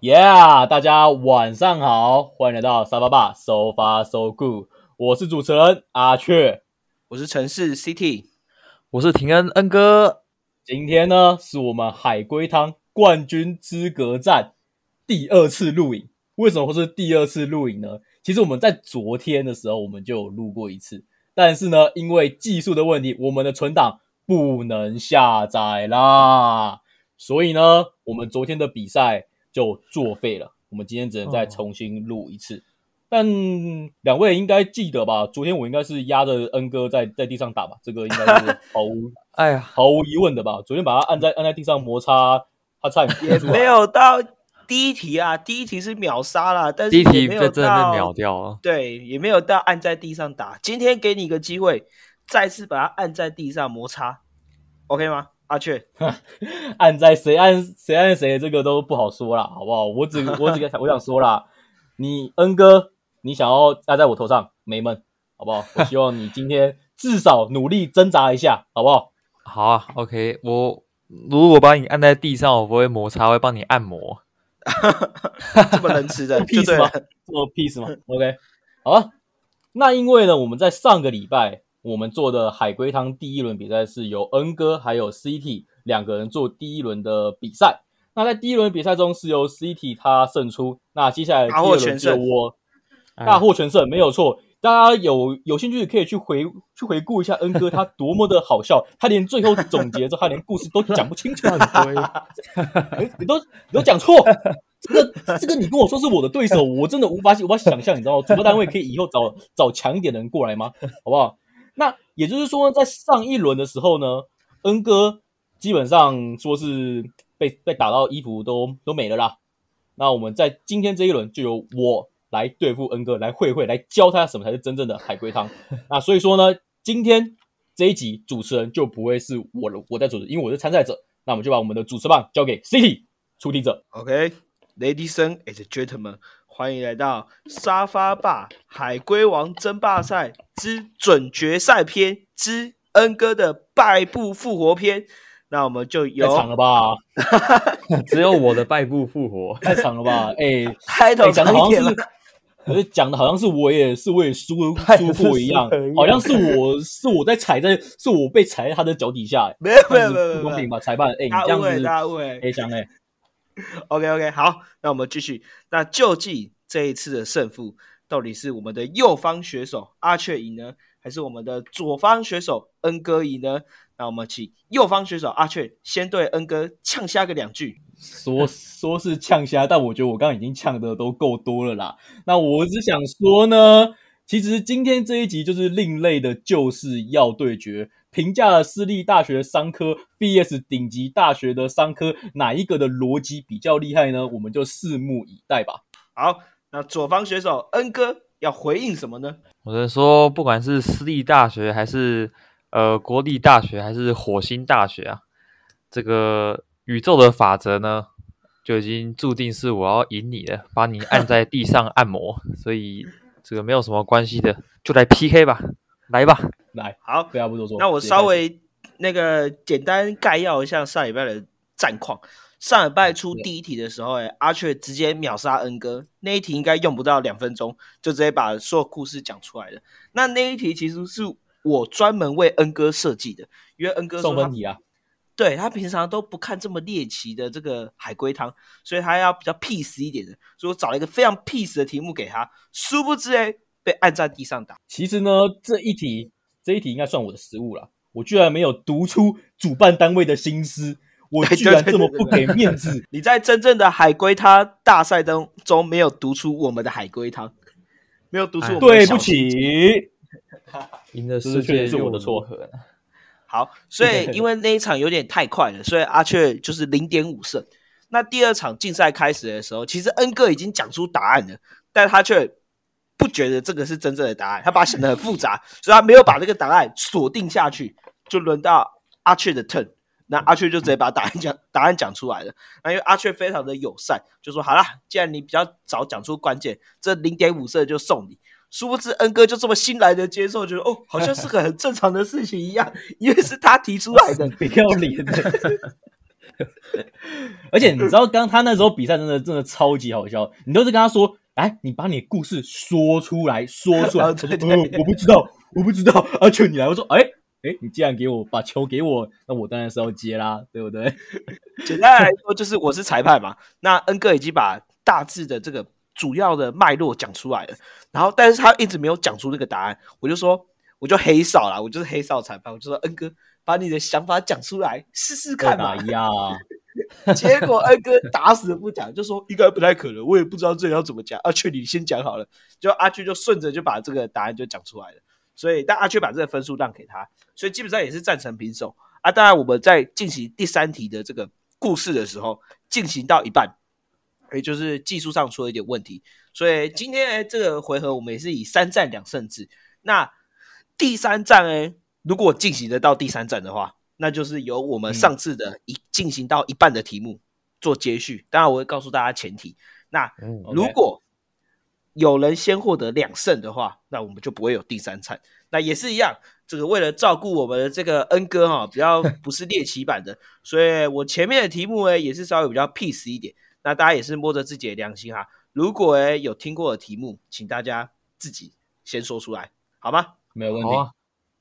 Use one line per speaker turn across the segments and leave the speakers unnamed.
Yeah，大家晚上好，欢迎来到沙发爸 So Far So Good，我是主持人阿雀。
我是城市 CT，
我是廷恩恩哥，
今天呢，是我们海龟汤冠军资格战第二次录影。为什么会是第二次录影呢？其实我们在昨天的时候我们就有录过一次，但是呢，因为技术的问题，我们的存档不能下载啦，所以呢，我们昨天的比赛就作废了。我们今天只能再
哦
重新录一次。但两位应该记得吧？昨天我应该是压着恩哥在在地上打吧，这个应该是毫无
哎呀，
毫无疑问的吧。昨天把它按在按在地上摩擦，它差点跌出来。
没有到第一题啊，第一题是秒杀啦，但是
第一题
也没有
被真的
到
被秒掉了。
对，也没有到按在地上打。今天给你一个机会，再次把它按在地上摩擦，OK 吗？阿 雀，
按在谁按谁按谁，这个都不好说啦，好不好？我只我只我想说啦，你恩哥，你想要压在我头上，没门，好不好？我希望你今天至少努力挣扎一下，好不好？
好啊，OK，我如果把你按在地上，我不会摩擦，我会帮你按摩。
这么仁慈的，就
屁
对
是
了
吗。？这么屁是吗 ？OK，好啊。那因为呢，我们在上个礼拜我们做的海龟汤第一轮比赛是由恩哥还有 CT 两个人做第一轮的比赛。那在第一轮比赛中是由 CT 他胜出，那接下来第
大
二
获
轮
全
是由
胜
我
哎
大获全胜，没有错。大家有有兴趣可以去回去回顾一下恩哥他多么的好笑，他连最后总结之后，他连故事都讲不清楚， 你你都你都讲错。这个这个你跟我说是我的对手，我真的无法无法想象，你知道吗？主办单位可以以后找找强一点的人过来吗？好不好？那也就是说，在上一轮的时候呢，恩哥基本上说是被被打到衣服都都没了啦。那我们在今天这一轮就由我来对付恩哥，来会会，来教他什么才是真正的海龟汤。那所以说呢，今天这一集主持人就不会是我了，我在主持，因为我是参赛者。那我们就把我们的主持棒交给 City 出题者。
OK，Ladies and gentlemen，欢迎来到沙发霸海龟王争霸赛之准决赛篇之恩哥的败部复活篇。那我们就
太长
由
了吧，。
只有我的败部复活
太长了吧，哎、
开
哎
头
讲的
长
好
一点
像
吧
是，可是讲的好像是我也是我也 输输过一样，好像是我 是我在踩在是我被踩在他的脚底下、哎
没有
这
没有
样
没有没
子
有
不公
没
平
有，
吧？裁判，哎、你
大
这
家
样
误会
子
大家误会。
黑箱哎、
OK OK，好，那我们继续。那究竟这一次的胜负到底是我们的右方选手阿雀赢呢，还是我们的左方选手恩哥赢呢？那我们请右方选手阿雀先对恩哥呛下个两句。
说说是呛虾，但我觉得我刚刚已经呛的都够多了啦。那我只想说呢，其实今天这一集就是另类的旧式要对决，评价了私立大学商科 VS 顶级大学的商科，哪一个的逻辑比较厉害呢？我们就拭目以待吧。
好，那左方选手恩哥要回应什么呢？
我是说，不管是私立大学还是呃国立大学还是火星大学啊，这个宇宙的法则呢，就已经注定是我要赢你了，把你按在地上按 摩，所以这个没有什么关系的，就来 PK 吧，来吧。
来，
好，
废话啊不多说，
那我
直接开始
稍微那个简单概要一下上礼拜的战况。上礼拜出第一题的时候、哎，阿雀直接秒杀恩哥，那一题应该用不到两分钟，就直接把所有故事讲出来了。那那一题其实是我专门为恩哥设计的，因为恩哥说
送分
他
题啊，
对他平常都不看这么猎奇的这个海龟汤，所以他要比较 peace 一点的，所以我找了一个非常 peace 的题目给他。殊不知，哎，被按在地上打。
其实呢，这一题这一题应该算我的失误了，我居然没有读出主办单位的心思，我
哎对
居然
对对
这么
对
不给面子。
你在真正的海龟汤大赛当中没有读出我们的海龟汤，哎没有读出我们的
对
小
不
心机。
起，
赢的
这
世
确
界
实是我
又
的错
如何呢？
好，所 以因为那一场有点太快了，所以阿雀就是零点五胜。那第二场竞赛开始的时候，其实恩哥已经讲出答案了，但他却不觉得这个是真正的答案，他把它想得很复杂，所以他没有把这个答案锁定下去。就轮到阿雀的 turn，那阿雀就直接把答案讲答案讲出来了。那因为阿雀非常的友善，就说好啦，既然你比较早讲出关键，这零点五色就送你。殊不知恩哥就这么欣然的接受，觉得哦，好像是个很正常的事情一样，因为是他提出来的。
不要脸的， 而且你知道，刚他那时候比赛真的真的超级好笑，你都是跟他说：“哎，你把你的故事说出来，说 出来。”
啊
他说：“
对对
呃我不知道，我不知道。”啊，球你来，我说：“哎哎，你既然给我把球给我，那我当然是要接啦，对不对
简单来说，就是我是裁判嘛。那恩哥已经把大致的这个主要的脉络讲出来了，然后但是他一直没有讲出那个答案，我就说我就黑哨啦，我就是黑哨裁判，我就说恩哥把你的想法讲出来试试？”看嘛
哎。呀，
结果恩哥打死不讲，就说应该不太可能，我也不知道这要怎么讲。阿雀你先讲好了，就阿雀就顺着就把这个答案就讲出来了。所以但阿雀把这个分数让给他，所以基本上也是赞成平手啊。当然我们在进行第三题的这个故事的时候，进行到一半，也就是技术上出了一点问题，所以今天哎这个回合我们也是以三战两胜制。那第三战哎，如果进行得到第三战的话，那就是由我们上次的一进行到一半的题目做接续。当然我会告诉大家前提。那
嗯，
OK
如果有人先获得两胜的话，那我们就不会有第三战。那也是一样，这个为了照顾我们的这个恩哥哈、比较不是猎奇版的，所以我前面的题目呢也是稍微比较 peace 一点。那大家也是摸着自己的良心哈、如果哎有听过的题目，请大家自己先说出来，好吗
没有问
好
题
啊
哦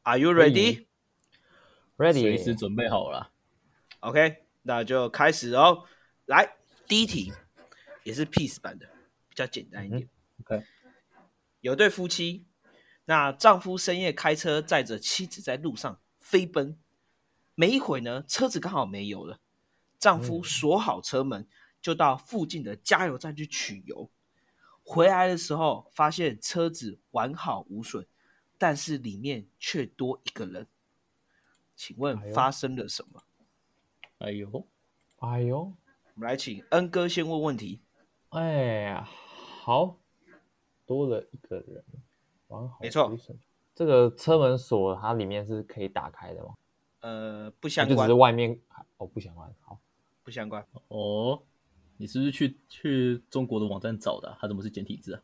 ？Are you
可以
ready?
随时
，ready，
准备好了。
OK，那就开始哦。来，第一题也是 Peace 版的，比较简单一
嗯
点。
OK
有对夫妻，那丈夫深夜开车载着妻子在路上飞奔，没一会呢，车子刚好没油了，丈夫
嗯
锁好车门，就到附近的加油站去取油。回来的时候，发现车子完好无损，但是里面却多一个人。请问
哎呦
发生了什么？
哎呦，
哎呦，
我们来请恩哥先问问题。
哎呀，好，多了一个人，完好
没错
无损。这个车门锁它里面是可以打开的吗？
呃，不相
就只
关
是，外面哦，不相关。好，
不相关。
哦，你是不是去去中国的网站找的啊？它怎么是简体字啊？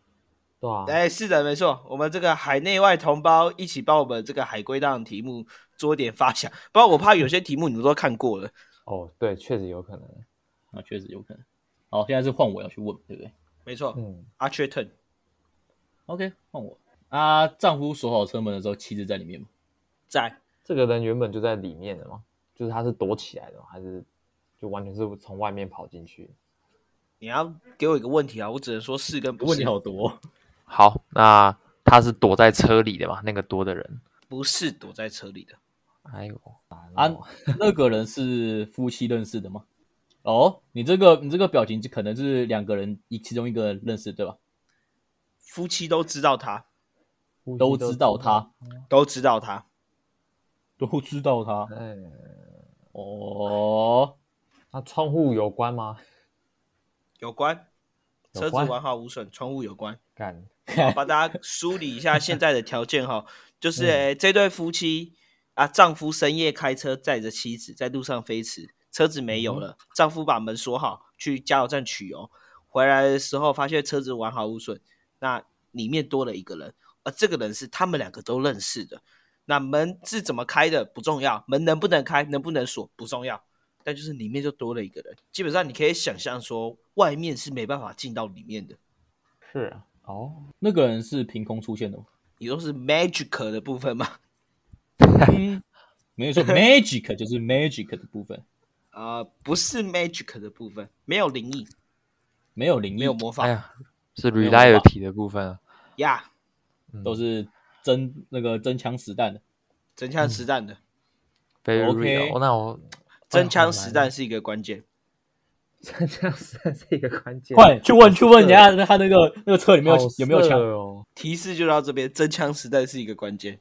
对啊，
哎，是的，没错，我们这个海内外同胞一起帮我们这个海龟档题目做点发想，不然我怕有些题目你们都看过了。
哦，对，确实有可能。
啊，确实有可能。好，现在是换我要去问，对不对
没错，
嗯，
阿缺 turn，
？OK，换我。啊，丈夫锁好车门的时候，妻子在里面吗？
在
这个人原本就在里面的吗？就是他是躲起来的吗？还是就完全是从外面跑进去？
你要给我一个问题啊，我只能说是跟不
问题
是。
好多哦、
好，那他是躲在车里的嘛？那个多的人，
不是躲在车里的，
哎呦，
啊，那个人是夫妻认识的吗？哦，你这个你这个表情可能是两个人一其中一个认识对吧？
夫妻都知道他，
呼吸
都知道他，
都知道他。
都知道他
哎，
哦，
那窗户有关吗？
有关，
有
车子
关
完好无损，窗户有关。
干，
我帮大家梳理一下现在的条件哈，就是、诶这对夫妻啊，丈夫深夜开车载着妻子在路上飞驰，车子没有了，丈夫把门锁好，去加油站取油，回来的时候发现车子完好无损，那里面多了一个人，而这个人是他们两个都认识的。那门是怎么开的不重要，门能不能开，能不能锁不重要，但就是里面就多了一个人。基本上你可以想象说，外面是没办法进到里面的，
是啊，哦，
那个人是凭空出现的 吗？
也都是 magic 的部分嘛。
嗯，没有说 magic 就是 magic 的部分，
呃，不是 magic 的部分，没有灵异，
没有灵异，
没有魔法
哎呀，是
没有办法
reality 的部分啊，
呀，
嗯
都是真那个真枪实弹的。
真枪实弹的，
very
OK
real。哦那我
真枪实弹是一个关键。
真枪实弹是一个关键，
快去问去问人家他那个那个车里面有有没有
好色
枪？
哦？
提示就到这边，真枪实弹是一个关键。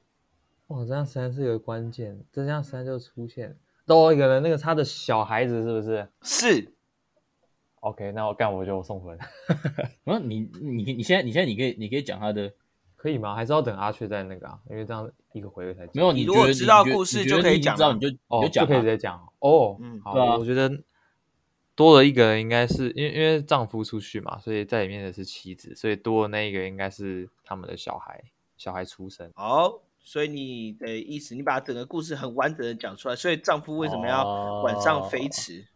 哇，真枪实弹是一个关键，真枪实弹就出现多一个人，那个他的小孩子是不是
是
？OK，那我干我就送分，
嗯，你你你现在你现在你可以你可以讲他的
可以吗？还是要等阿雀在那个啊？因为这样一个回合才讲
没有？
你
你
如果
觉得
知道
你觉得
故事
你觉得
就可以
你已经
讲
知道
了
你就
哦，
你就讲
可以
吧
直接讲哦。
嗯
好，
对啊
我觉得多了一个人应该是因为因为丈夫出去嘛，所以在里面的是妻子，所以多的那一个应该是他们的小孩，小孩出生。
好，所以你的哦意思，你把整个故事很完整的讲出来。所以丈夫为什么要晚上飞驰？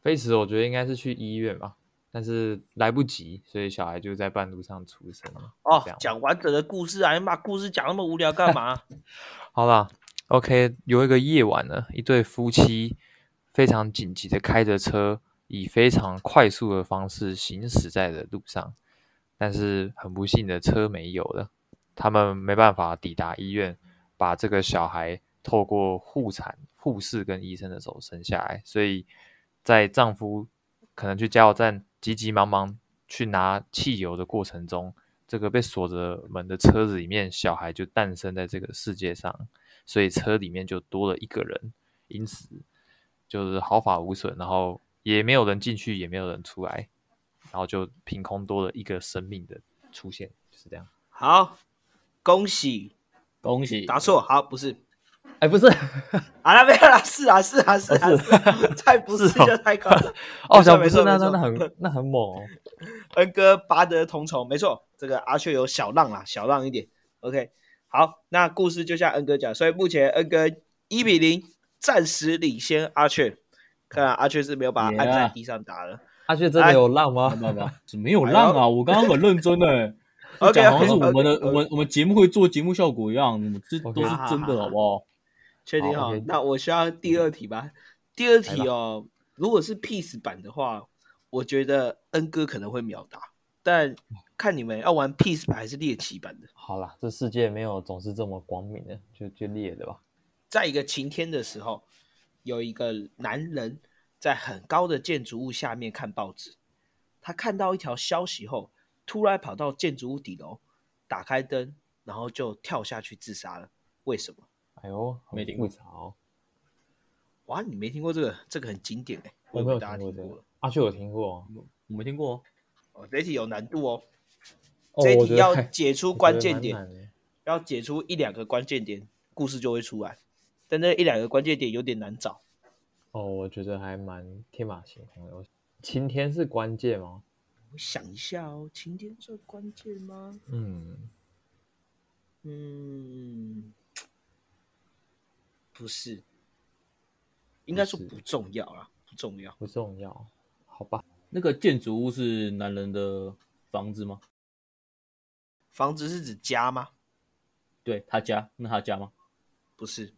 飞驰我觉得应该是去医院吧，但是来不及，所以小孩就在半路上出生了。
哦
这样，
讲完整的故事啊，你把故事讲那么无聊干 嘛？
好啦 o k 有一个夜晚呢，一对夫妻非常紧急的开着车，以非常快速的方式行驶在了路上，但是很不幸的车没有了，他们没办法抵达医院，把这个小孩透过护产、护士跟医生的手生下来，所以在丈夫可能去加油站急急忙忙去拿汽油的过程中，这个被锁着门的车子里面，小孩就诞生在这个世界上，所以车里面就多了一个人，因此就是毫发无损，然后也没有人进去，也没有人出来，然后就凭空多了一个生命的出现，就是这样。
好，恭喜
恭喜！
答错，好不是，
哎，不是，
好了没有啦，是啊是啊是啊，
哦
是啊再不是
是哦
就太高了。 没
哦，
错
小不
没
是
错没
那那
错
那很那很猛哦。
恩哥拔得同仇，没错，这个阿雀有小浪啦，小浪一点。OK，好，那故事就像恩哥讲，所以目前恩哥一比零暂时领先阿雀，看来阿雀是没有把他按在
Yeah
地上打了。
阿雀
哎
真的有浪吗？
没有没有没有浪啊！我刚刚很认真哎，就
OK，
讲好像是我们
OK，OK
的我们我们节目会做节目效果一样，这都是真的好不好？
确定
好
好
，OK，
那我需要第二题吧。第二题哦，如果是 Peace 版的话，我觉得恩哥可能会秒答，但看你们要玩 Peace 版还是猎奇版的。
好啦，这世界没有总是这么光明的，就就裂的吧。
在一个晴天的时候，有一个男人在很高的建筑物下面看报纸。他看到一条消息后，突然跑到建筑物底楼，打开灯，然后就跳下去自杀了。为什么？
哎呦，很
没听
复杂哦。
哇，你没听过这个？这个很经典哎、
我
以
没
为
有
大家
听
听
过这
过
个
了。，
阿雀有听过
我没听过，
哦，这一题有难度哦，
哦。
这一
我
题
觉得
要
还
解出
我觉
关
得
键
蛮
点，
难的
要解出一两个关键点，故事就会出来。但那一两个关键点有点难找。
哦，我觉得还蛮天马行空的。我晴天是关键哦吗？
我想一下哦，晴天算关键吗？
嗯，
嗯，不是，应该说
不是
不重要啦，不重要。
不重要，好吧。
那个建筑物是男人的房子吗？
房子是指家吗？
对他家，那他家吗？
不是，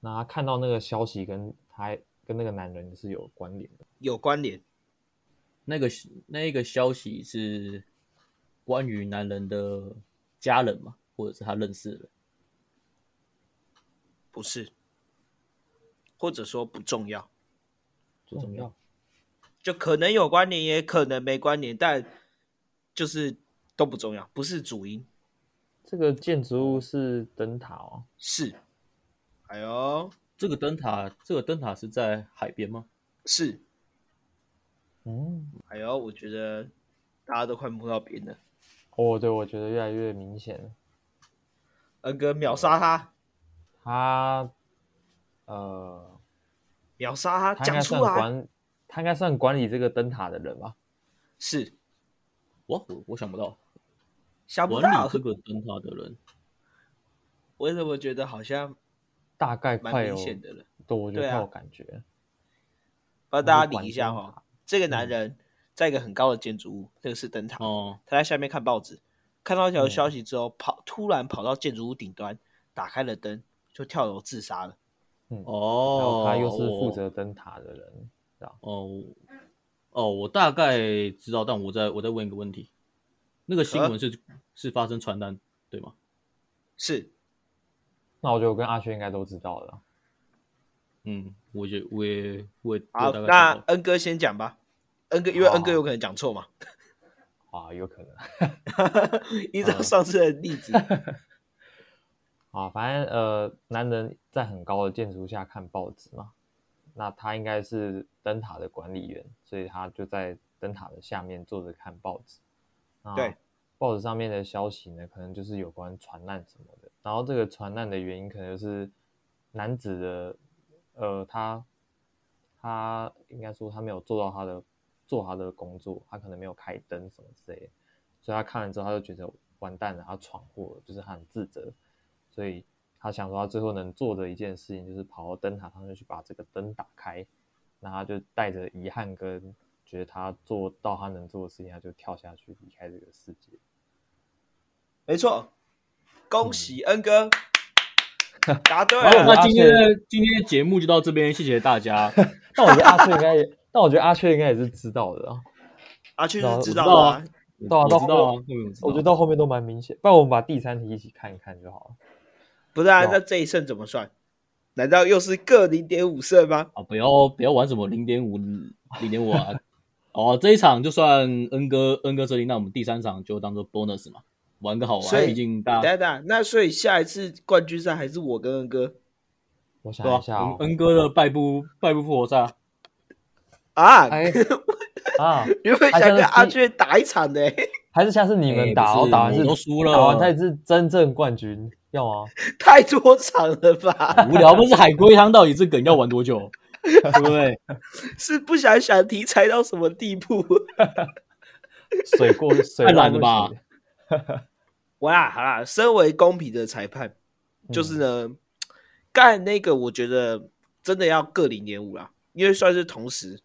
那他看到那个消息跟他跟那个男人是有关联的，
有关联。
那个那个消息是关于男人的家人嘛，或者是他认识的人？
不是，或者说不重要，
重
哦
要。
就可能有关联，也可能没关联，但就是都不重要，不是主因，
这个建筑物是灯塔哦，
是。哎呦，
这个灯塔，这个灯塔是在海边吗？
是，
嗯，
哎呦，我觉得大家都快摸到边了。
哦，对，我觉得越来越明显了。
恩哥秒杀他，
他，呃，
秒杀他，
他应
讲
该
出
算
来，
管，他应该算管理这个灯塔的人吧？
是
我我我想不到，
想不
管
到
理这个灯塔的人，
我怎么觉得好像
大概快
蛮
有
明，显的了？
对，我觉
对
得
啊
快有感觉。
帮大家理一下
他是管灯
哈
塔，
这个男人在一个很高的建筑物，那个是灯塔，
哦，
他在下面看报纸，看到一条消息之后，跑突然跑到建筑物顶端，打开了灯，就跳楼自杀了。
哦，
然后他又是负
我
责灯塔的人，
哦我哦，我大概知道，但我再我再问一个问题，那个新闻是、
呃
是发生传单对吗？
是
那我觉得我跟阿轩应该都知道了啦。
嗯，我也我也我也
好，
我大概知道
那恩哥先讲吧。恩哥，因为
好
恩哥有可能讲错嘛，
啊，有可能
依照上次的例子，
啊，反正呃，男人在很高的建筑下看报纸嘛，那他应该是灯塔的管理员，所以他就在灯塔的下面坐着看报纸。那
对，
报纸上面的消息呢，可能就是有关船难什么的。然后这个船难的原因，可能就是男子的，呃，他他应该说他没有做到他的做他的工作，他可能没有开灯什么之类的，所以他看了之后他就觉得完蛋了，他闯祸了，就是他很自责，所以他想说他最后能做的一件事情就是跑到灯塔上面去把这个灯打开，那他就带着遗憾跟觉得他做到他能做的事情，他就跳下去离开这个世 界。
没错，恭喜恩哥、答对
好，
了
哇。
那今天的今天的节目就到这边，谢谢大家。
但我觉得阿雀应该也，但我觉得阿雀应该也是知道的啊。
阿确
我
是知
知
道
道
的
啊
啊，
到啊
我
到
知
后
道
面，
啊，嗯
我觉得
道
到后面都蛮明显，不然我们把第三题一起看一看就好了。
不是啊？
知道
那这一胜怎么算？难道又是各零点五胜吗？
啊，不要不要玩什么零点五零点五啊。哦，这一场就算恩哥恩哥这里，那我们第三场就当做 bonus 嘛，玩个好
所以
玩。毕竟大
等
啊
家
一下，那所以下一次冠军赛还是我跟恩哥
我想
对吧啊
一下哦、
恩恩哥的败部败部复活 赛啊，
啊？
哎啊，
原本想跟阿雀打一场的、欸，
还是下次你们
哎
打，然
不
后
是
打完
我
是
都输了哦
打完才是真正冠军，要吗？
太多场了吧？
无聊。不是海龟汤到底这梗要玩多久？对不对？
嗯
是不想想题材到什么地步？
水 过水
太
过
懒了吧
不行？
哇，好啦，身为公平的裁判，就是
嗯
呢，干、那个我觉得真的要各零点五啦，因为算是同时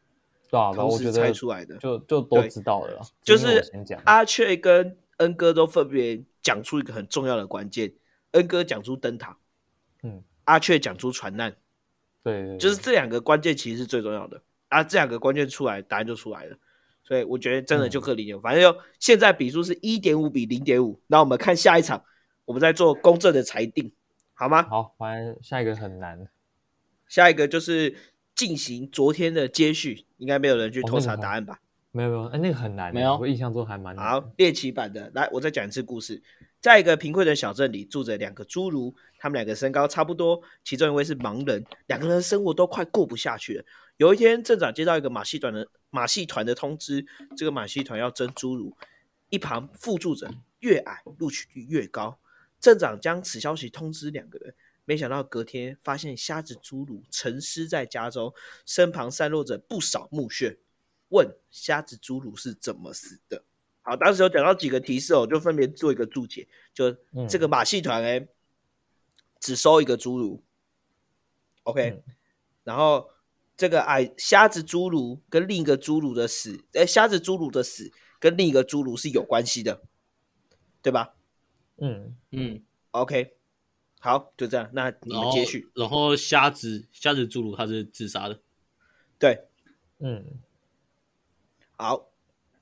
对啊，然后
同
我
时
觉
猜
得
出来的。
就就都
对
知道了啦，
就
只因为
是
我先讲
啊
阿雀跟恩哥都分别讲出一个很重要的关键，恩哥讲出灯塔，
嗯，
阿雀讲出船难，
对对，对
就是这两个关键其实是最重要的啊，这两个关键出来，答案就出来了。所以我觉得真
嗯
的就克零点五，反正就现在比数是一点五比零点五，那我们看下一场，我们再做公正的裁定，好吗？
好，反正下一个很难，
下一个就是进行昨天的接续，应该没有人去
哦
偷查
那个
答案吧？
没有没有，哎，那个很难的，
没有
我印象中还蛮难的。
好，猎奇版的，来，我再讲一次故事。在一个贫困的小镇里，住着两个侏儒，他们两个身高差不多，其中一位是盲人，两个人生活都快过不下去了。有一天，镇长接到一个马戏团的马戏团的通知，这个马戏团要征侏儒，一旁附注着越矮录取率越高。镇长将此消息通知两个人，没想到隔天发现瞎子侏儒沉尸在加州，身旁散落着不少墓穴。问瞎子侏儒是怎么死的？好，当时有讲到几个提示哦，我就分别做一个注解。就
嗯
这个马戏团哎，只收一个侏儒，OK，、
嗯
然后这个矮瞎子侏儒跟另一个侏儒的死，哎，瞎子侏儒的死跟另一个侏儒是有关系的，对吧
嗯，
嗯，
？OK，好，就这样，那你
然
们
后
接续。
然后瞎子瞎子侏儒他是自杀的，
对，
嗯
好，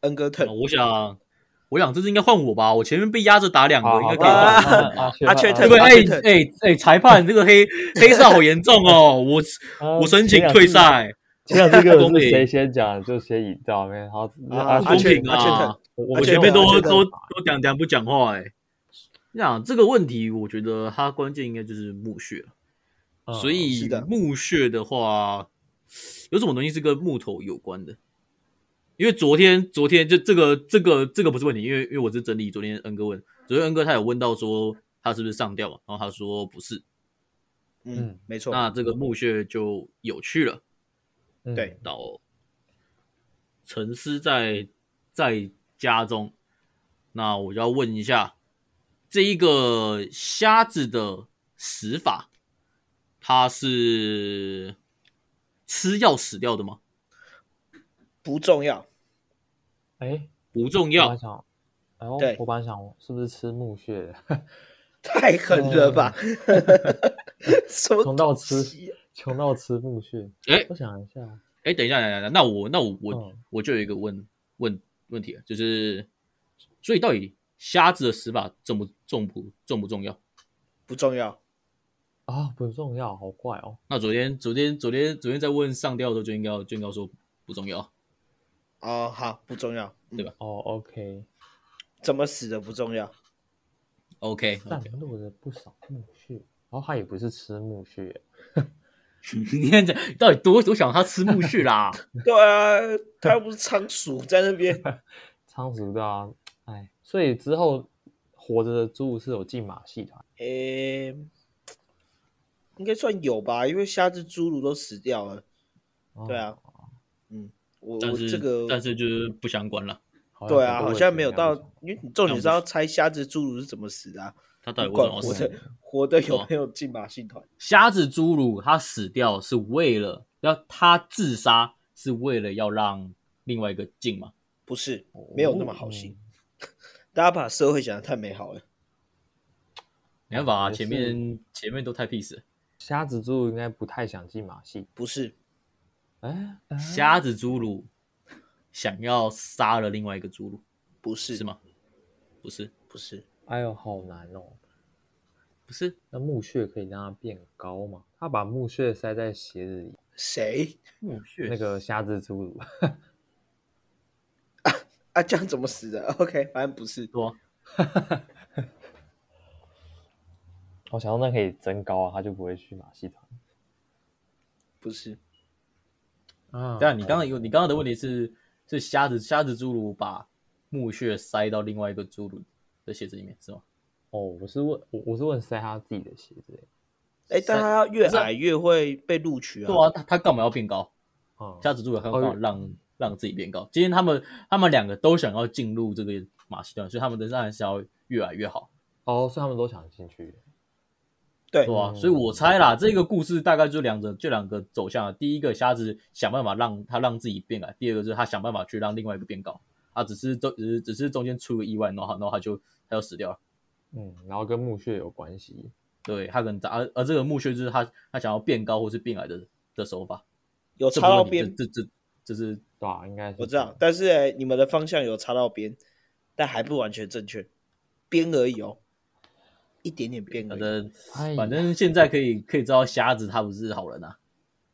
恩哥特
那，我想我想这次应该换我吧，我前面被压着打两个，
好
应该可
好
以换
吧
啊我。
那阿雀
阿雀
吧
对
退
不对？
阿
哎
雀退
哎哎，裁判这个黑黑哨好严重哦，我
啊
我申请退。赛，
前两次前
不
两次这
公
个
平
是谁先讲就先赢到没？好，那
啊
不
阿
公
雀
平
阿雀
啊
退！
我
我
阿
我
雀
前面
退
都
阿雀
都都讲讲不讲话哎。那这个问题，我觉得它关键应该就是墓穴，
嗯
所以
是的
墓穴的话，有什么东西是跟木头有关的？因为昨天，昨天就这个这个这个不是问题，因为因为我是整理昨天恩哥问，昨天恩哥他有问到说他是不是上吊嘛，然后他说不是，
嗯
嗯，
没错，
那这个墓穴就有趣了，
嗯
对
到沉思在在家中。那我就要问一下，这一个瞎子的死法，他是吃药死掉的吗？
不重要，
哎，
不重
我
要
本来，想，哎呦
对，
我本来想是不是吃墓穴的？
太狠了吧？ 什么
穷嗯到吃
东西啊
穷到吃墓穴。
哎
我想一下，啊
哎，等一下，等一下，等一下那我那我我、
嗯
我就有一个问问问题了，就是，所以到底瞎子的死法重不重不重不重要？
不重要。
啊，不重要，好怪哦。
那昨天昨天昨天昨天在问上吊的时候就应该要就应该要说不重要，
哦，好，不重要，嗯
对吧
哦，OK，
怎么死的不重要，
OK，,
散落着不少墓穴，然后他也不是吃墓穴，
你看 这到底多多想他吃木须啦？
对啊，他又不是仓鼠在那边，
仓鼠的啊，哎，所以之后活着的猪是有进马戏团，
诶、应该算有吧，因为虾子、侏儒都死掉了，
哦
对，啊，嗯，我
但
我
是
这个
但是就是不相关了，
好像
对啊，
很多
好
问
像
题
没有
要
到
讲，
因为你重点是要猜虾子、侏儒是怎么死的、啊，
他到底为什
管
哎么要
活
死哦
的？活的有没有进马戏团，
瞎子侏儒他死掉是为了然后他自杀是为了要让另外一个进嘛？
不是没有那么好心。
嗯
大家把社会想的太美好了。
没办法
哦
啊，
也
前
是
面前面都太 peace 了。
瞎子猪应该不太想进马戏。
不是，
哎，
瞎子侏儒想要杀了另外一个侏儒，
不是，
是？吗？不是，
不是，
哎呦，好难哦。
不是，
那木屑可以让它变高吗？他把木屑塞在鞋子里，
谁
墓穴
那个瞎子侏儒，
啊？这样怎么死的？OK，反 正不是。
多
我想到那可以增高啊，他就不会去马戏团
不是，
啊
对啊，你刚刚有你刚刚的问题是是瞎子瞎子侏儒把墓穴塞到另外一个侏儒的鞋子里面是吗？
哦，我是问我我是问塞他自己的鞋子
哎，但他越
不是啊
矮越会被录取啊。
对啊，他他干嘛要变高？
哎啊，
瞎子侏儒他干嘛
哦
让、让自己变高？今天他们他们两个都想要进入这个马戏团，所以他们的当然是要越来越好，
哦，所以他们都想进去
对
对吧、
嗯
所以我猜啦，这个故事大概就两个就两个走向啊。第一个瞎子想办法让他让自己变矮，第二个就是他想办法去让另外一个变高。啊，只是都只是只是中间出个意外，然后然后他就他就死掉了。
嗯，然后跟木屑有关系，
对他可能而而这个墓穴就是他他想要变高或是变矮的的手法。
有
这
插
不是
到
问题
边，
这这这这是
对吧、应该是
我知道，但是哎你们的方向有插到边，但还不完全正确，边而已哦，一点点边
反
而已。
正
哎
反正现在可以可以知道瞎子他不是好人啊。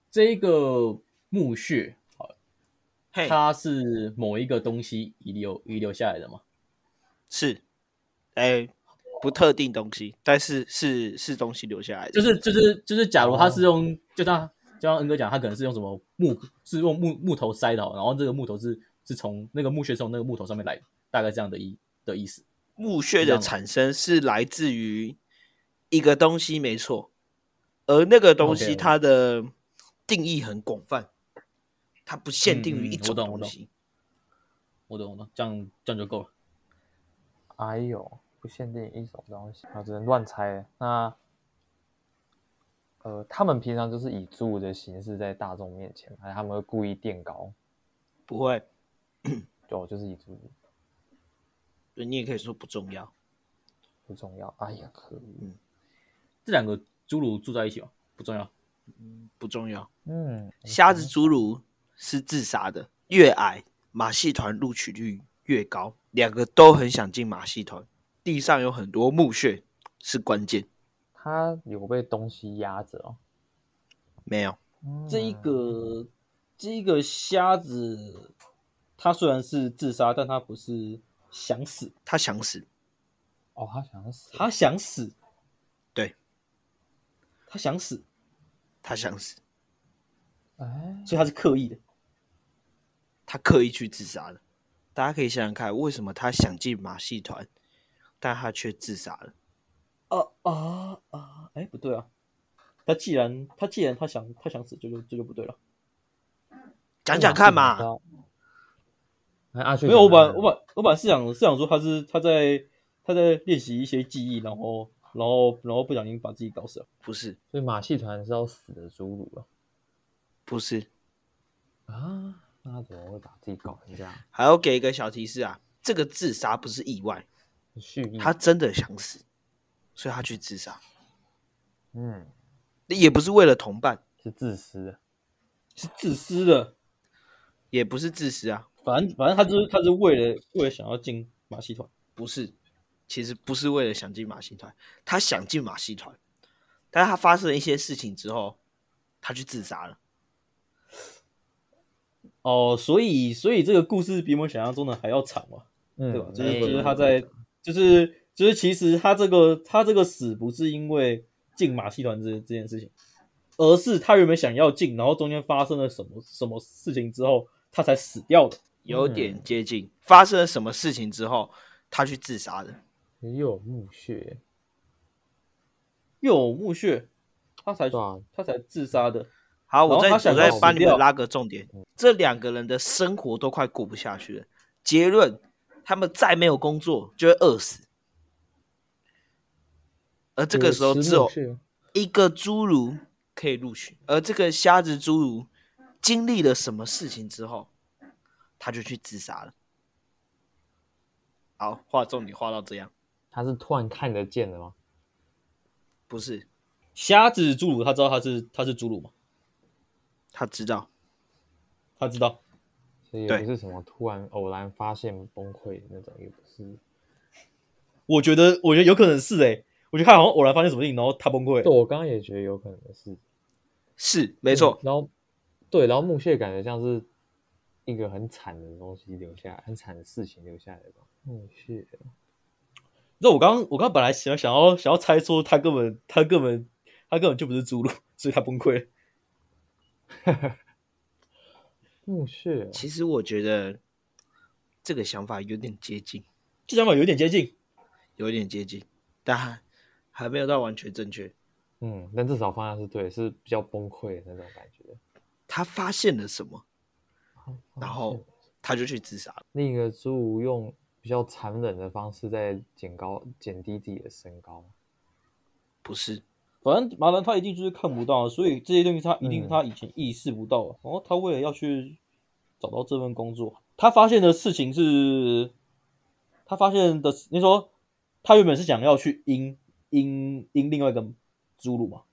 这个墓穴，
嘿，
它是某一个东西遗留遗留下来的嘛？
哦是，哎，不特定东西，但是是是东西留下来的，
就是就是就是，假如他
哦
是用，就像就像恩哥讲，他可能是用什么木是用木木头塞的哦，然后这个木头是是从那个墓穴是从那个木头上面来的，大概这样的意的意思。
墓穴
这样吗
的产生是来自于一个东西，没错，而那个东
OK，OK
西它的定义很广泛，它不限定于
嗯嗯
一种
我懂我
东
懂
西。
我懂我懂，这样这样就够了。
哎呦，不限定一种东西，啊，只能乱猜。那呃，他们平常就是以猪的形式在大众面前，还是他们会故意垫高？
不会，
就就是以猪
对你也可以说不重要。
不重要。哎呀，可恶！
这两个侏儒住在一起哦，不重要。
嗯，不重要。
嗯，
瞎子侏儒是自杀的，越矮马戏团录取率越高，两个都很想进马戏团。地上有很多墓穴是关键，
他有被东西压着哦。嗯
没有
嗯这一个这一个瞎子，他虽然是自杀，但他不是想死，
他想死，
哦，他想死，
他想死，
对，
他想死，
他想死，
哎，
所以他是刻意的。
他刻意去自杀的。大家可以想想看，为什么他想进马戏团，但他却自杀了？
啊啊啊！哎、不对啊，他既然他既然他想他想死，这就这就不对了。
讲讲看
不知
嘛，
道。哎，阿旭
没有，我把
讲看
我把我把是想是想说他是他在他在练习一些技艺，然后然后然后不小心把自己搞死了。
不是，
所以马戏团是要死的侏儒啊了
不是，
啊？那他怎么会把自己搞成这样？
还要给一个小提示啊，这个自杀不是意外，
蓄意
他真的想死，所以他去自杀，
嗯
也不是为了同伴，
是自私啊的。
是自私的，
也不是自私啊，
反正反正他就是他是为了为了想要进马戏团。
不是，其实不是为了想进马戏团，他想进马戏团，但是他发生了一些事情之后，他去自杀了。
哦，所以所以这个故事比我们想象中的还要长嘛，
嗯，
对吧？就是
哎
就是他在就是就是其实他这个他这个死不是因为进马戏团这这件事情，而是他原本想要进，然后中间发生了什么什么事情之后，他才死掉的。
有
嗯
点接近。发生了什么事情之后，他去自杀的。
也有墓穴，
又有墓穴，他才
对吧？
他才自杀的。
好，我再
哦然后他
我
想
再
要
帮你
死掉
们拉个重点。这两个人的生活都快过不下去了。结论：他们再没有工作就会饿死。而
啊
这个时候，只有
有吃墓穴
一个侏儒可以录取，而这个瞎子侏儒经历了什么事情之后，他就去自杀了。好，画重点画到这样，
他是突然看得见的吗？
不是
瞎子侏儒他知道他是他是侏儒吗？
他知道，
他知道，
所以也
对
不是什么突然偶然发现崩溃的那种，也不是。
我觉得我觉得有可能是诶、我觉得他好像偶然发现什么事情，然后他崩溃
对，。我刚刚也觉得有可能是，
是没错
嗯，然后，对，然后木屑感觉像是一个很惨的东西留下来，很惨的事情留下来吧。木屑，
那我刚刚我刚刚本来想想要想要猜说他根本他根本他根本就不是侏儒， 所以他崩溃了。
木屑哦，
其实我觉得这个想法有点接近，
这想法有点接近，
有点接近，但还还没有到完全正确。
嗯，但至少方向是对，是比较崩溃的那种感觉。
他发现了什么，
发
然后
现
他就去自杀了。
另一个侏儒用比较残忍的方式在减高、减低自己的身高。
不是，
反正马兰他一定就是看不到，所以这些东西他一定
嗯
他以前意识不到。然后他为了要去找到这份工作，他发现的事情是，他发现的你说他原本是想要去阴阴阴另外一个侏儒嘛？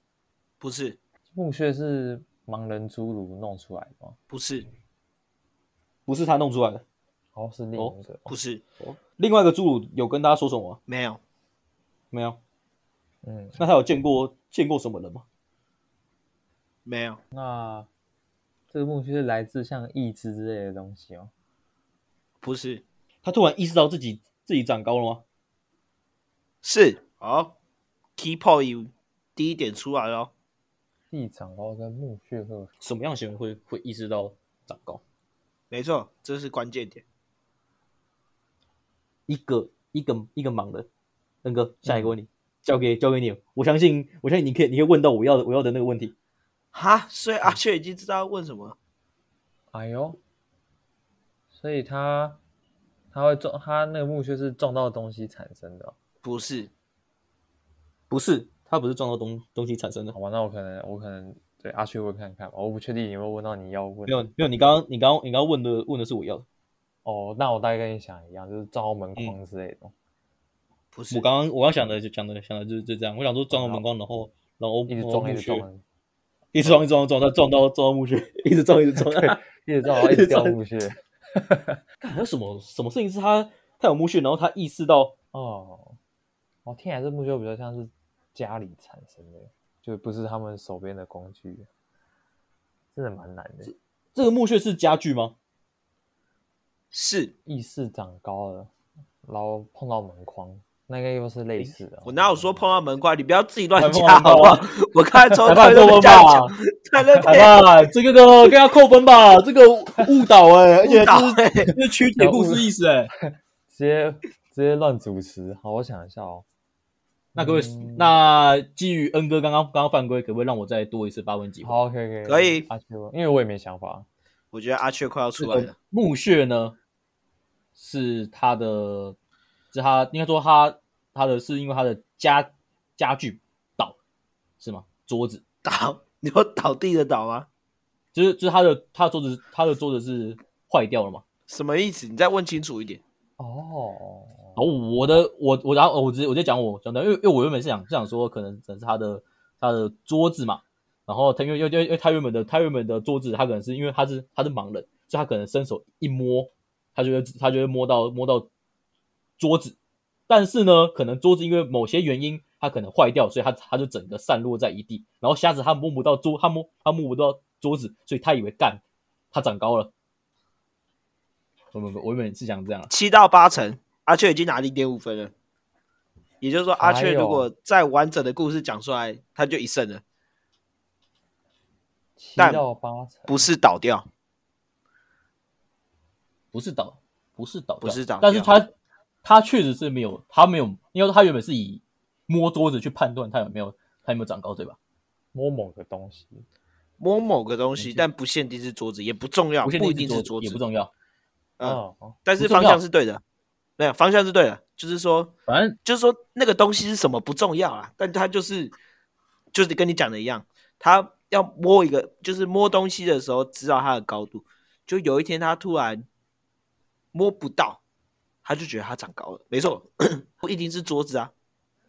不是，
木屑是盲人侏儒弄出来的吗？
不是，
不是他弄出来的，
哦，是另
哦
一个，
不是，
另外一个侏儒有跟大家说什么吗？
没有，
没有。
嗯，
那他有见过见过什么人吗？
没有，
那这个木屑是来自像意志之类的东西哦。
不是，
他突然意识到自己自己长高了吗？
是好。Key point 第一点出来了哦，
地长高跟木屑会有
什么样的行为会会意识到长高？
没错，这是关键点。
一个一个一个盲人，那个下一个问题、交给交给你，我相信我相信你可以你可以问到我要的我要的那个问题。
哈，所以阿雀已经知道要问什么了。
哎呦，所以他他会撞他那个木屑是撞到东西产生的哦、
不是，
不是，他不是撞到东东西产生的，
好吧，那我可能我可能对阿去问看看吧，我不确定有没有问到你要问
没。有没有，你刚刚你刚刚你刚刚问的问的是我要的，
哦，那我大概跟你想一样，就是撞到门
嗯
框之类的哦，
不是
我，刚刚我刚想的就讲的想的就是就这样，我想说撞到门框，然后然后
一直
然后
撞一
木
直
屑
撞，
一直撞一直撞撞到撞到撞到墓穴， 一直撞一直撞。
一直撞，然后一直掉木屑。
干还有什么什么事情是他他有墓穴，然后他意识到
哦，我听起来这木屑比较像是家里产生的，就不是他们手边的工具，真的蛮难的。
这个墓穴是家具吗？
是
意识长高了，然后碰到门框，那应该又是类似的哦。
我哪有说碰到门框？你不要自己乱
碰
加
到
好不好？我刚才从他那边这样讲，他那
好
边
吧，这个跟跟他扣分吧，这个误导哎、而且
误导
这
欸
是这是曲解故事意思哎、
直接直接乱主持？好，我想一下哦。
那各位，
嗯
那基于恩哥刚刚刚刚犯规，可不可以让我再多一次发问机会？
好，OK，可以，
可以
阿秋，因为我也没想法。
我觉得阿雀快要出来
个
了。
墓穴呢，是他的，是他应该说他他的是因为他的家家具倒是吗？桌子
倒，你说倒地的倒吗？
就是就是他的他的桌子他的桌子是坏掉了嘛？
什么意思？你再问清楚一点。
哦，
哦，我的我我然后哦我直接我直接讲我讲的，因为因为我原本是想是想说可能只是他的他的桌子嘛，然后他因为因为因为因为他原本的他原本的桌子，他可能是因为他是他是盲人，所以他可能伸手一摸，他就会他就会摸到摸到桌子，但是呢，可能桌子因为某些原因，它可能坏掉，所以它它就整个散落在一地，然后瞎子他摸不到桌，他摸他摸不到桌子，所以他以为干他长高了。我我我原本是想这样啊，
七到八成，阿雀已经拿零点五分了。也就是说，阿雀如果再完整的故事讲出来，他就一胜了，
七
但
到八成，
不是倒掉，
不是倒，不是倒掉，
不是倒掉
但是他他确实是没有，他没有，因为他原本是以摸桌子去判断他有没有他有没有长高，对吧？
摸某个东西，
摸某个东西，但不限定是桌子，也不重要，
不
不一
定
定
是
是
桌
桌
子也不
子。
重要，
嗯，
哦，
但是
不重
方
要
向是对的，没有方向是对的，就是说
反 正
就是说那个东西是什么不重要啊，但它就是就是跟你讲的一样，它要摸一个，就是摸东西的时候知道它的高度，就有一天他突然摸不到，他就觉得他长高了。没错， 不一定是桌子啊，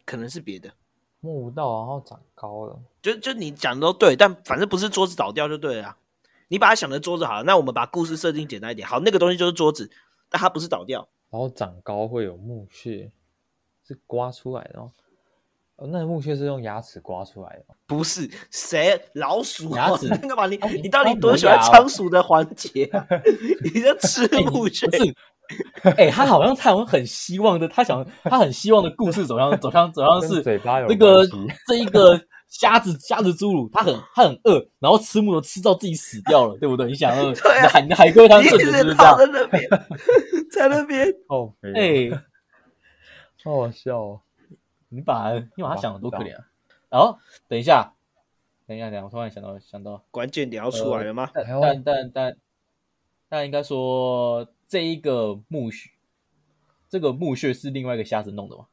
可能是别的。
摸不到，然后长高了。
就就你讲的都对，但反正不是桌子倒掉就对了啊。你把它想成桌子好了，那我们把故事设定简单一点。好，那个东西就是桌子，但它不是倒掉。
然后长高会有木屑，是刮出来的哦。哦，那木屑是用牙齿刮出来的哦。
不是谁老鼠啊
牙齿
那干嘛？你
哦
你到底多喜
哦
欢
磨牙哦
仓鼠的环节啊？ 你在吃木屑
不？是，哎、他好像他好像很希望的，他想他很希望的故事走向走向走向
跟
是
嘴巴 有
这个
关系
这一个虾子虾子侏儒，他很他很饿，然后吃木头吃到自己死掉了，对不对？你 想饿，
对啊
你海你的海龟汤
你一
正解就
直
是这样
套。在 那边，在那边。
哦，哎、
哎、
好好笑哦。
你把你把他想的多可怜啊！然后等一下，等一下，等一下，我突然想到想到，
关键点要出来了吗？
但
哎呦
但但但但应该说这一个墓穴，这个墓穴是另外一个瞎子弄的吗？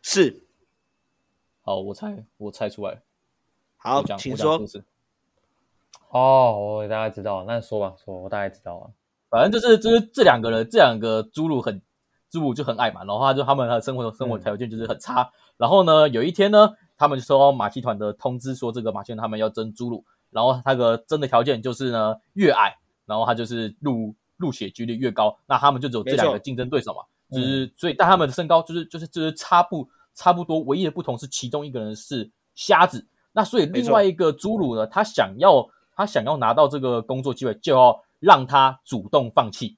是，
好，我猜我猜出来了，
好
我，讲
请
我讲
说
故。事。
哦，我大概知道了，那说吧，说，我大概知道了。
反正就是就是这两个人，这两个侏儒很侏儒就很矮嘛，然后他就他们的生活
嗯
生活条件就是很差。然后呢，有一天呢，他们就收到马戏团的通知，说这个马戏团他们要争侏儒，然后那个争的条件就是呢越矮，然后他就是入入血几率越高。那他们就只有这两
没
个
错嗯
竞争对手嘛，就是所以但他们的身高就是就是就是差不差不多，唯一的不同是其中一个人是瞎子，那所以
没
另
错
外一个侏儒呢，他想要他想要拿到这个工作机会，就要让他主动放弃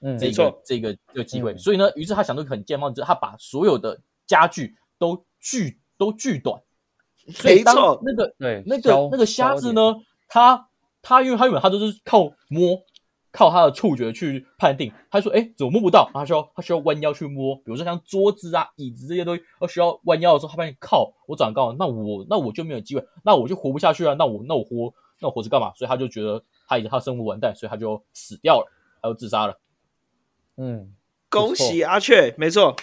嗯，
这
没错
个这个这个机会。
嗯
所以呢，于是他想到一个很健康，就是他把所有的家具都锯都锯短。所以
没
当
错，
那个
对，
那个
消
那个瞎子，
消
呢，他他因为他原本他都是靠摸，靠他的触觉去判定。他说：“哎，怎么摸不到？”他需要他需要弯腰去摸，比如说像桌子啊、椅子这些东西，他需要弯腰的时候，他发现靠，我长高了，那我那我就没有机会，那我就活不下去了，那我那我活那我活着干嘛？所以他就觉得他已经他生活完蛋，所以他就死掉了，他就自杀了。
点嗯，
恭喜阿雀，没错，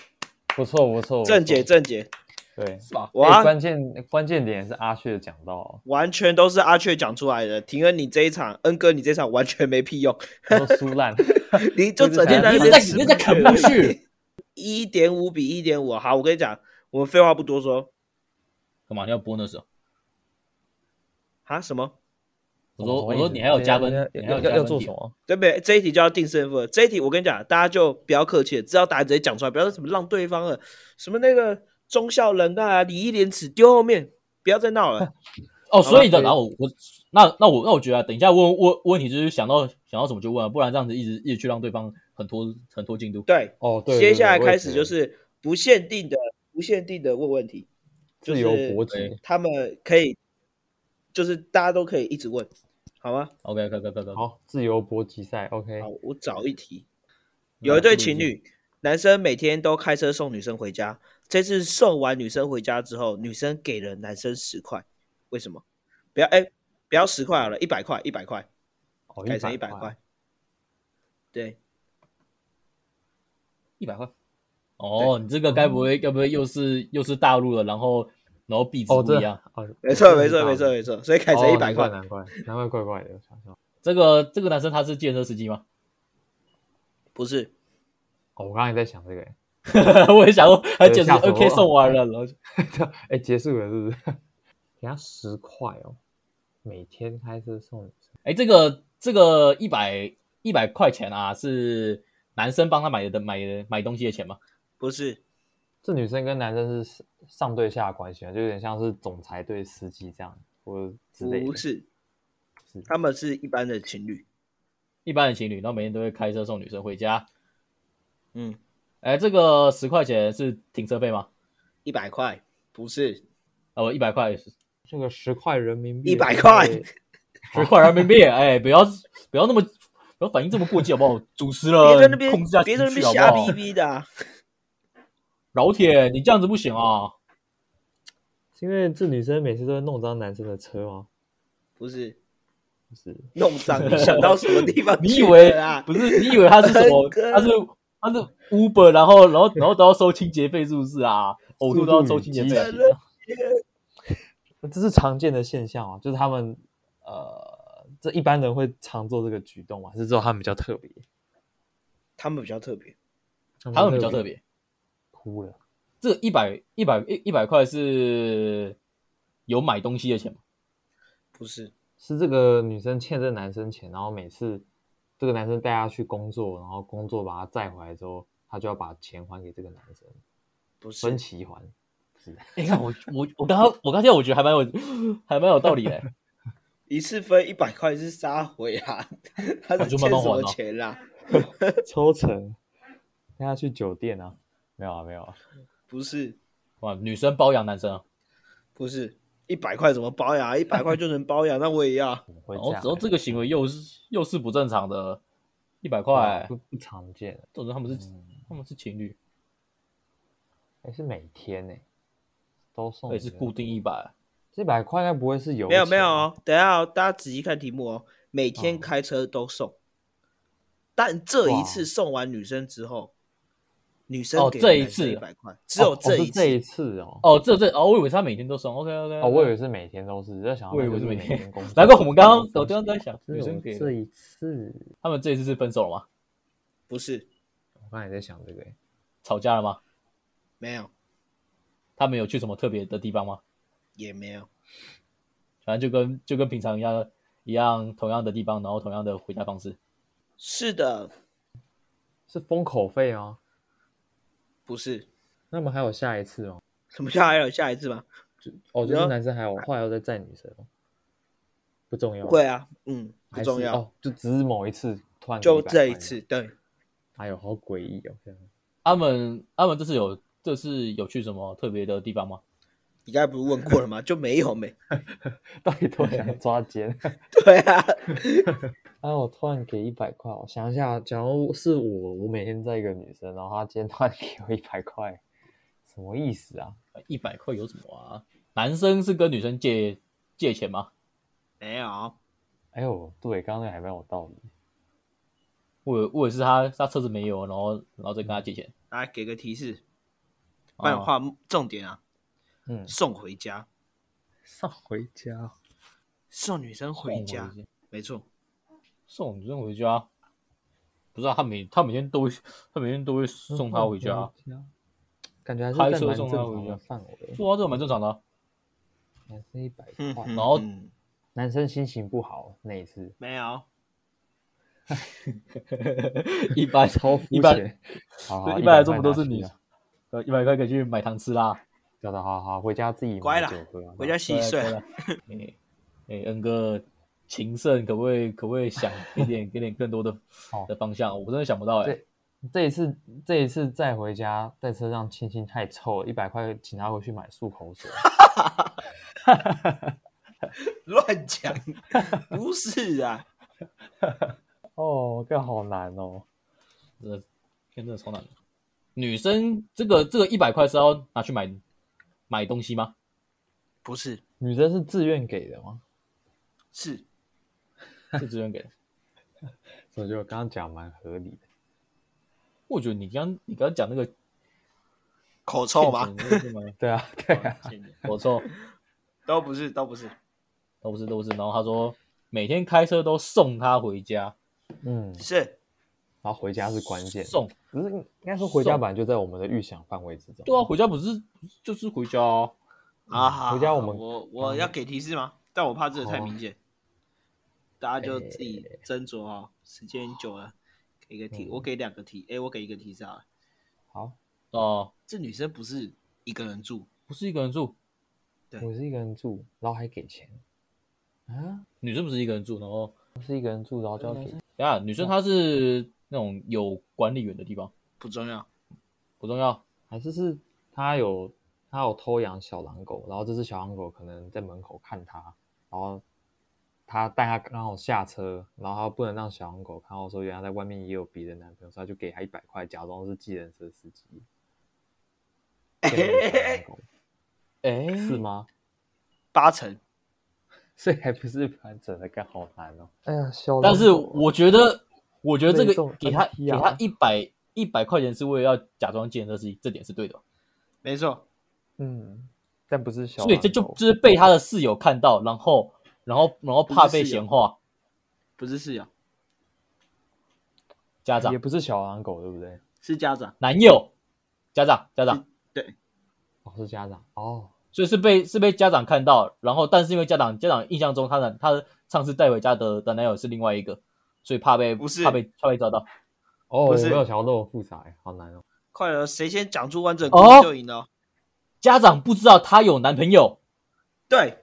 不错不错，不错
正解正解，
哎
对。
是吧？
哇，
哇，
关键关键点是阿雀讲到哦，
完全都是阿雀讲出来的。廷恩，你这一场，恩哥，你这一场完全没屁用，
他说输 烂，
你就整天在
你
那
是
边
在你
吃
是在啃木 屑，
一点五比一点五。好，我跟你讲，我们废话不多说
干嘛？你要播那时候？
啊，什么？
我说
什么
我
意思
说你还有加分
哎要，
你还
要
有加
要
分
要做
题
什么？
对不对？这一题就要定胜负了。这一题我跟你讲，大家就不要客气了，知道答案直接讲出来，不要什么让对方了，什么那个忠孝仁爱啊，礼义廉耻丢后面，不要再闹 了。
哦，所以的，
好了
然后我那那我那我觉得啊、等一下问问问题，就是想到想到什么就问、啊，不然这样子一直一直去让对方很拖很拖进度。
对，
哦，对，
接
对
下来
对我
开
也
始
觉
就
得
是不限定的、不限定的问问题，就
自由
是
搏击，
他们可以，就是大家都可以一直问，好吗？
OK，可可可可，
好，自由搏击赛，OK，
好，我找一题。有一对情侣，男生每天都开车送女生回家。这次送完女生回家之后，女生给了男生十块，为什么？不要哎、不要十块好了，一百块，一百块，
哦
改成一
100
百块。对，
一百块。哦，你这个该不会该不会又是又是大陆的，然后然后币值
哦，
不
这
一样？，
哦
没错，没错，没错，，没错。所以改
改
成一百块，
哦难怪，难怪怪怪的，我想想，
这个这个男生他是健身司机吗？
不是？
哦，我刚才在想这个，哎
我也想说，他健身
吓死我
OK 送完了，然后就
哎，结束了是不是？ 给他十块哦，每天开车送女生，
哎，这个这个一百一百块钱啊，是男生帮他买的买的买东西的钱吗？
不是？
这女生跟男生是上对下的关系啊，就有点像是总裁对司机这样，或者之类的，
不是
是，
他们是一般的情侣。
一般的情侣，然后每天都会开车送女生回家。
嗯，
哎，这个十块钱是停车费吗？
一百块，不是
哦，一百块， 十
这个十块人民币，
100块
块人民币。哎，不要不要那么不要反应这么过激好 不好？主持人
别在那边
呃控制一下，
别在那边
好
瞎
不好
逼？逼的、啊。
老铁，你这样子不行啊！
是因为这女生每次都会弄脏男生的车吗？
不是
不是，
弄脏，你想到什么地方
你
去
以为
了啦？
不是？你以为他是什么？
大啊 哥
他是他是 Uber，然后然后然后都要收清洁费是不是啊？呕吐都要收清洁
速
费
度与
啊
激。这是常见的现象啊，就是他们呃，这一般人会常做这个举动吗？还是只有他们比较特别？
他们比较特别，
他们比较特，别。
哭了。
这一百一百一一百块是有买东西的钱吗？
不是
是这个女生欠这个男生钱，然后每次这个男生带她去工作，然后工作把她载回来之后，她就要把钱还给这个男生，
不是
分期还。
哎、你看我我我刚刚我刚才我觉得还蛮有还蛮有道理的、
一次分一百块是杀回啊，他是
就
欠
慢
什
慢还
么
哦
钱啦、
抽成，带他去酒店啊？没有啊，没有啊，
不是
哇，女生包养男生啊，
不是，一百块怎么包养啊？一百块就能包养，那我也要。
怎么会
然
这
后
样欸
然哦后这个行为又是又是不正常的，一百
啊
块，
不不常见，
总之他们是、
嗯
他们是情侣，
还是每天呢、都送
也是固定一百，
这百块，应该不会啊是有
没有
钱
没有哦，等一下、哦、大家仔细看题目哦，每天开车都送，但这一次
哇
送完女生之后，女生
哦
给
这一次
一百块，只有
哦哦
这
是
一次。
这一次哦。
哦，这这哦，我以为他每天都送，OK OK，
哦，我以为是每天都是，在想
我以为是
是
每天
天工作。
难怪我们刚刚我刚刚在想，
只有
女生给
这一次，
他们这一次是分手了吗？
不是
我刚才也在想这个欸，
吵架了吗？
没有
他们有去什么特别的地方吗？
也没有，
反正就跟就跟平常一样一样，同样的地方，然后同样的回家方式。
是的，
是封口费吗？
不是。
那么还有下一次哦，
什么叫还有下一次吗？
就哦，就
有
是
啊
男生还有后来又在载女生哦，不重要，
会啊，嗯，不
还是
重要，
哦，就只是某一次突然给
就
100
这一
块
次。，对，
哎呦，好诡异哦，这样
他们他们这次有这次有去什么特别的地方吗？
你刚才不是问过了吗？ 就没有没，
到底多想抓奸？
对啊，
哎，我突然给一百块，我想一下，假如是我，我每天载一个女生，然后她今天突然给我一百块，什么意思啊？
一百块有什么啊？男生是跟女生借借钱吗？
没有，
哎呦，对，刚刚那个还蛮有道理。
我以为我也是他他车子没有，然后然后再跟他借钱。
来给个提示，不然的话重点啊，
嗯，
送回家，
上回家，
送女生回家，没错，
送女生回家，不是、啊、他每他每天都会他每天都会 送她回家，
感觉还是
开
在
车
蛮
送
正
她回
常
家
的范围，
对啊，这个蛮正常的啊、
男生一百
嗯，
块
嗯，
然后
嗯
男生心情不好那一次，
没有，
一 般
超肤
一般
浅。好好
一般来说
100
不
块
都是
拿去
女
啊？
呃，一百块可以去买糖吃啦。
叫他好好回家自己
乖
买
啦
酒喝啊，
回家洗睡
对
啊，
啊。对啊哎哎，恩哥，情圣可不可以可不可以想给点给点更多的
好
的方向？我真的想不到哎、
对哦这一次，这一次再回家，在车上亲亲太臭了，一百块请他回去买漱口水。
乱讲，不是啊，
哦，这好难哦。
真的天真的超难的。女生这个这个一百块是要拿去买买东西 吗？
不是，
女生是自愿给的吗？
是
是自愿给的？
所以我觉得我刚刚讲蛮合理的。
我觉得你刚你刚刚讲那个
口臭
欠
吗哦
钱？ 那个是吗？
对啊， 对啊，
我错，
都不是，都不是，
都不是都不是。然后他说每天开车都送她回家，
嗯，
是
然后回家是关键，
送
不是应该说回家本来就在我们的预想范围之中。
对啊，回家不是就是回家哦、
啊，好
嗯回家
好
我们嗯啊
我我要给提示吗？但我怕这个太明显，大家就自己斟酌啊，时间久了，给个提，
嗯
我给两个提，哎，我给一个提示啊，
好，
哦、
这女生不是一个人住，
不是一个人住，
对
我是一个人住，然后还给钱啊？
女生不是一个人住，然后
我是一个人住，然后就要给
等一下女生她是那种有管理员的地方
不重要，
不重要，
还是是他有他有偷养小狼狗，然后这只小狼狗可能在门口看他，然后他带他刚好下车，然后他不能让小狼狗看到说原来在外面也有别的男朋友，所以他就给他一百块，假装是计程车司 机。骗那个小狼狗
哎、
是吗？
八成
所以还不是完整的，干好难哦。哎呀，小
但是我觉得，我觉得这
被送
个给她
NPR
给她一百一百块钱是为了要假装健身，这是这点是对的，哦
没错，
嗯，但不是小
所以这就就是被她的室友看到，然后然后然后怕被闲话，
不是室友，
家长
也不是小狼狗，对不对？
是家长。
男友，家长家长，
哦，是家长哦，
所以是被是被家长看到，然后但是因为家长家长印象中他的他上次带回家的的男友是另外一个，所以怕被
不是
怕被怕被抓到。
哦，我
不
没
是
有想到那么复杂，好难哦。
快了，谁先讲出完整故
哦
事就赢了。哦
家长不知道她有男朋友，
对，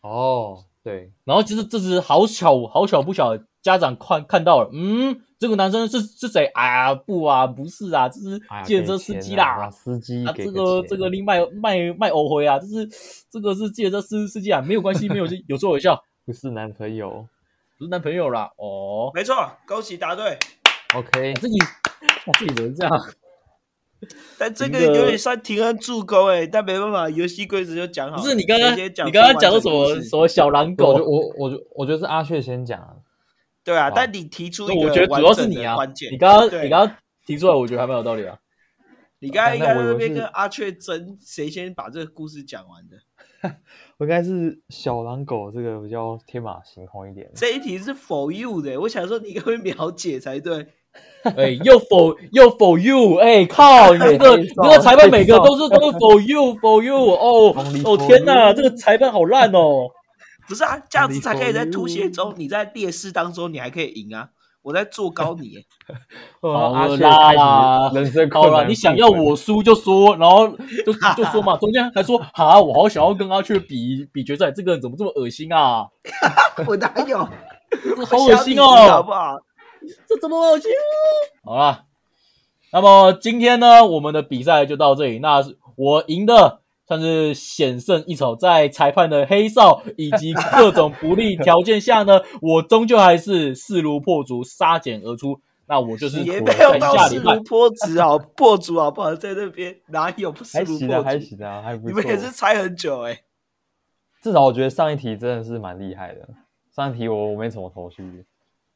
哦，对，
然后就是这只好巧好巧不巧，家长看看到了，嗯，这个男生是是谁？哎呀，不啊，不是啊，这是
哎呀，
计程
给
车司
钱
机
啊
啦
哇。司机
啊，
给
这个
钱
这个另卖卖卖欧灰啊，这是这个是计程车司司机啊，没有关系，没有有说有笑，
不是男朋友
不是男朋友啦。哦，
没错，恭喜答对。
，OK，
自己哇自己人这样，
但这个
赢得
有点算停恩助攻哎、但没办法，游戏规则就讲好
不
了。
是你刚刚
谁先
你刚刚讲的
的
什么什么小狼
我
狗，
就我我就我觉得是阿雀先讲啊，
对啊，
好
但你提出一个
我觉得主要是
完整
你
的
啊
关，键
你刚刚
对
你刚刚提出来，我觉得还蛮有道理啊。
你刚刚应该在那边
那我以为是
跟阿雀争谁先把这个故事讲完的。
我应该是小狼狗这个比较天马行空一点。
这一题是 for you 的、我想说你应该会了解才对。
哎、又否又否 you，哎、靠，你这个
被
你
揍
这个裁判每个
被揍
都是都是否 you 否 you，哦
同理
哦
同
天哪，
理
这个裁判好烂哦，
不是啊，这样子才可以在凸显中，你在劣势当中你还可以赢啊。我在做高你、 欸，
好
呃阿雀
啦
开
啦
始人生
好
困
了，
难。
你想要？我输就说，然后就就说嘛，中间还说哈，我好想要跟阿雀比比决赛，这个人怎么这么恶心啊，
我哪有？
好恶心
我想你赢好
哦
不，好？
这怎么恶心、啊？好啦，那么今天呢，我们的比赛就到这里。那我赢的算是险胜一筹，在裁判的黑哨以及各种不利条件下呢，我终究还是势如破竹，杀茧而出。那我就是
也
在
没有到
下
势
礼
如
拜，
破竹好 破竹好不好？在那边哪有不势
还
如
行
破
啊，还
竹？
行啊，还不
你
错
们。也是猜很久哎、
至少我觉得上一题真的是蛮厉害的。上一题我我没什么头绪。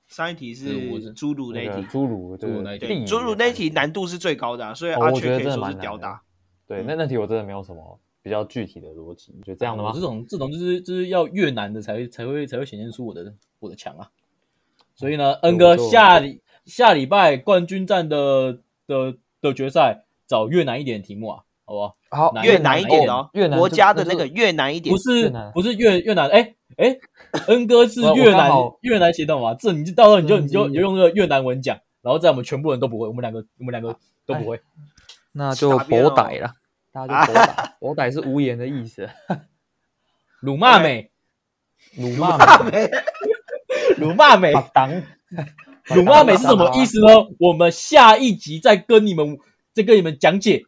上一题
是我是
是侏儒那
那
一
个
题，
侏儒
侏儒那一题
对
侏儒那一题难度是最高的、啊，所以阿
哦我觉
雀
得
可以
真的
说
蛮
是屌
难的
打。
对，
嗯
那那题我真的没有什么比较具体的逻辑，就这样的
我
吗
这？种这种就是就是要越难的才会才会才会显现出我的我的强啊。所以呢，恩哥
我就
下礼下礼拜冠军战的的的决赛找越难一点的题目啊，好不好？
好
难
越
越
难
难
一
一
点
点
的
的
哦
哦，越南
国
就
家的
就
那个越难一点
不。是
越南
不是越越南，哎哎，恩哥是
我我
越
刚
南
好
越南协同嘛？这你就到时候你就
真
你
机
就你就用那个越南文讲，然后在我们全部人都不会，我们两个我们两个都
哎
不会。
那就
打遍
哦
博
了
歹了。
大家就 博打，博打是无言的意思。
辱骂美，
辱骂嘛，
辱骂美，
把党
辱骂美是什么意？思呢？我们下一集再跟你们再跟你们讲解。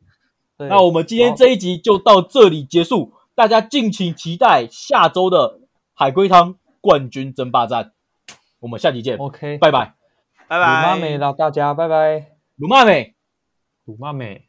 对
那我们今天这一集就到这里结束，大家敬请期待下周的海龟汤冠军争霸战。我们下集见，
OK，
拜拜。
拜
辱
拜。
骂美了，大家拜拜，
辱骂美。
辱骂美。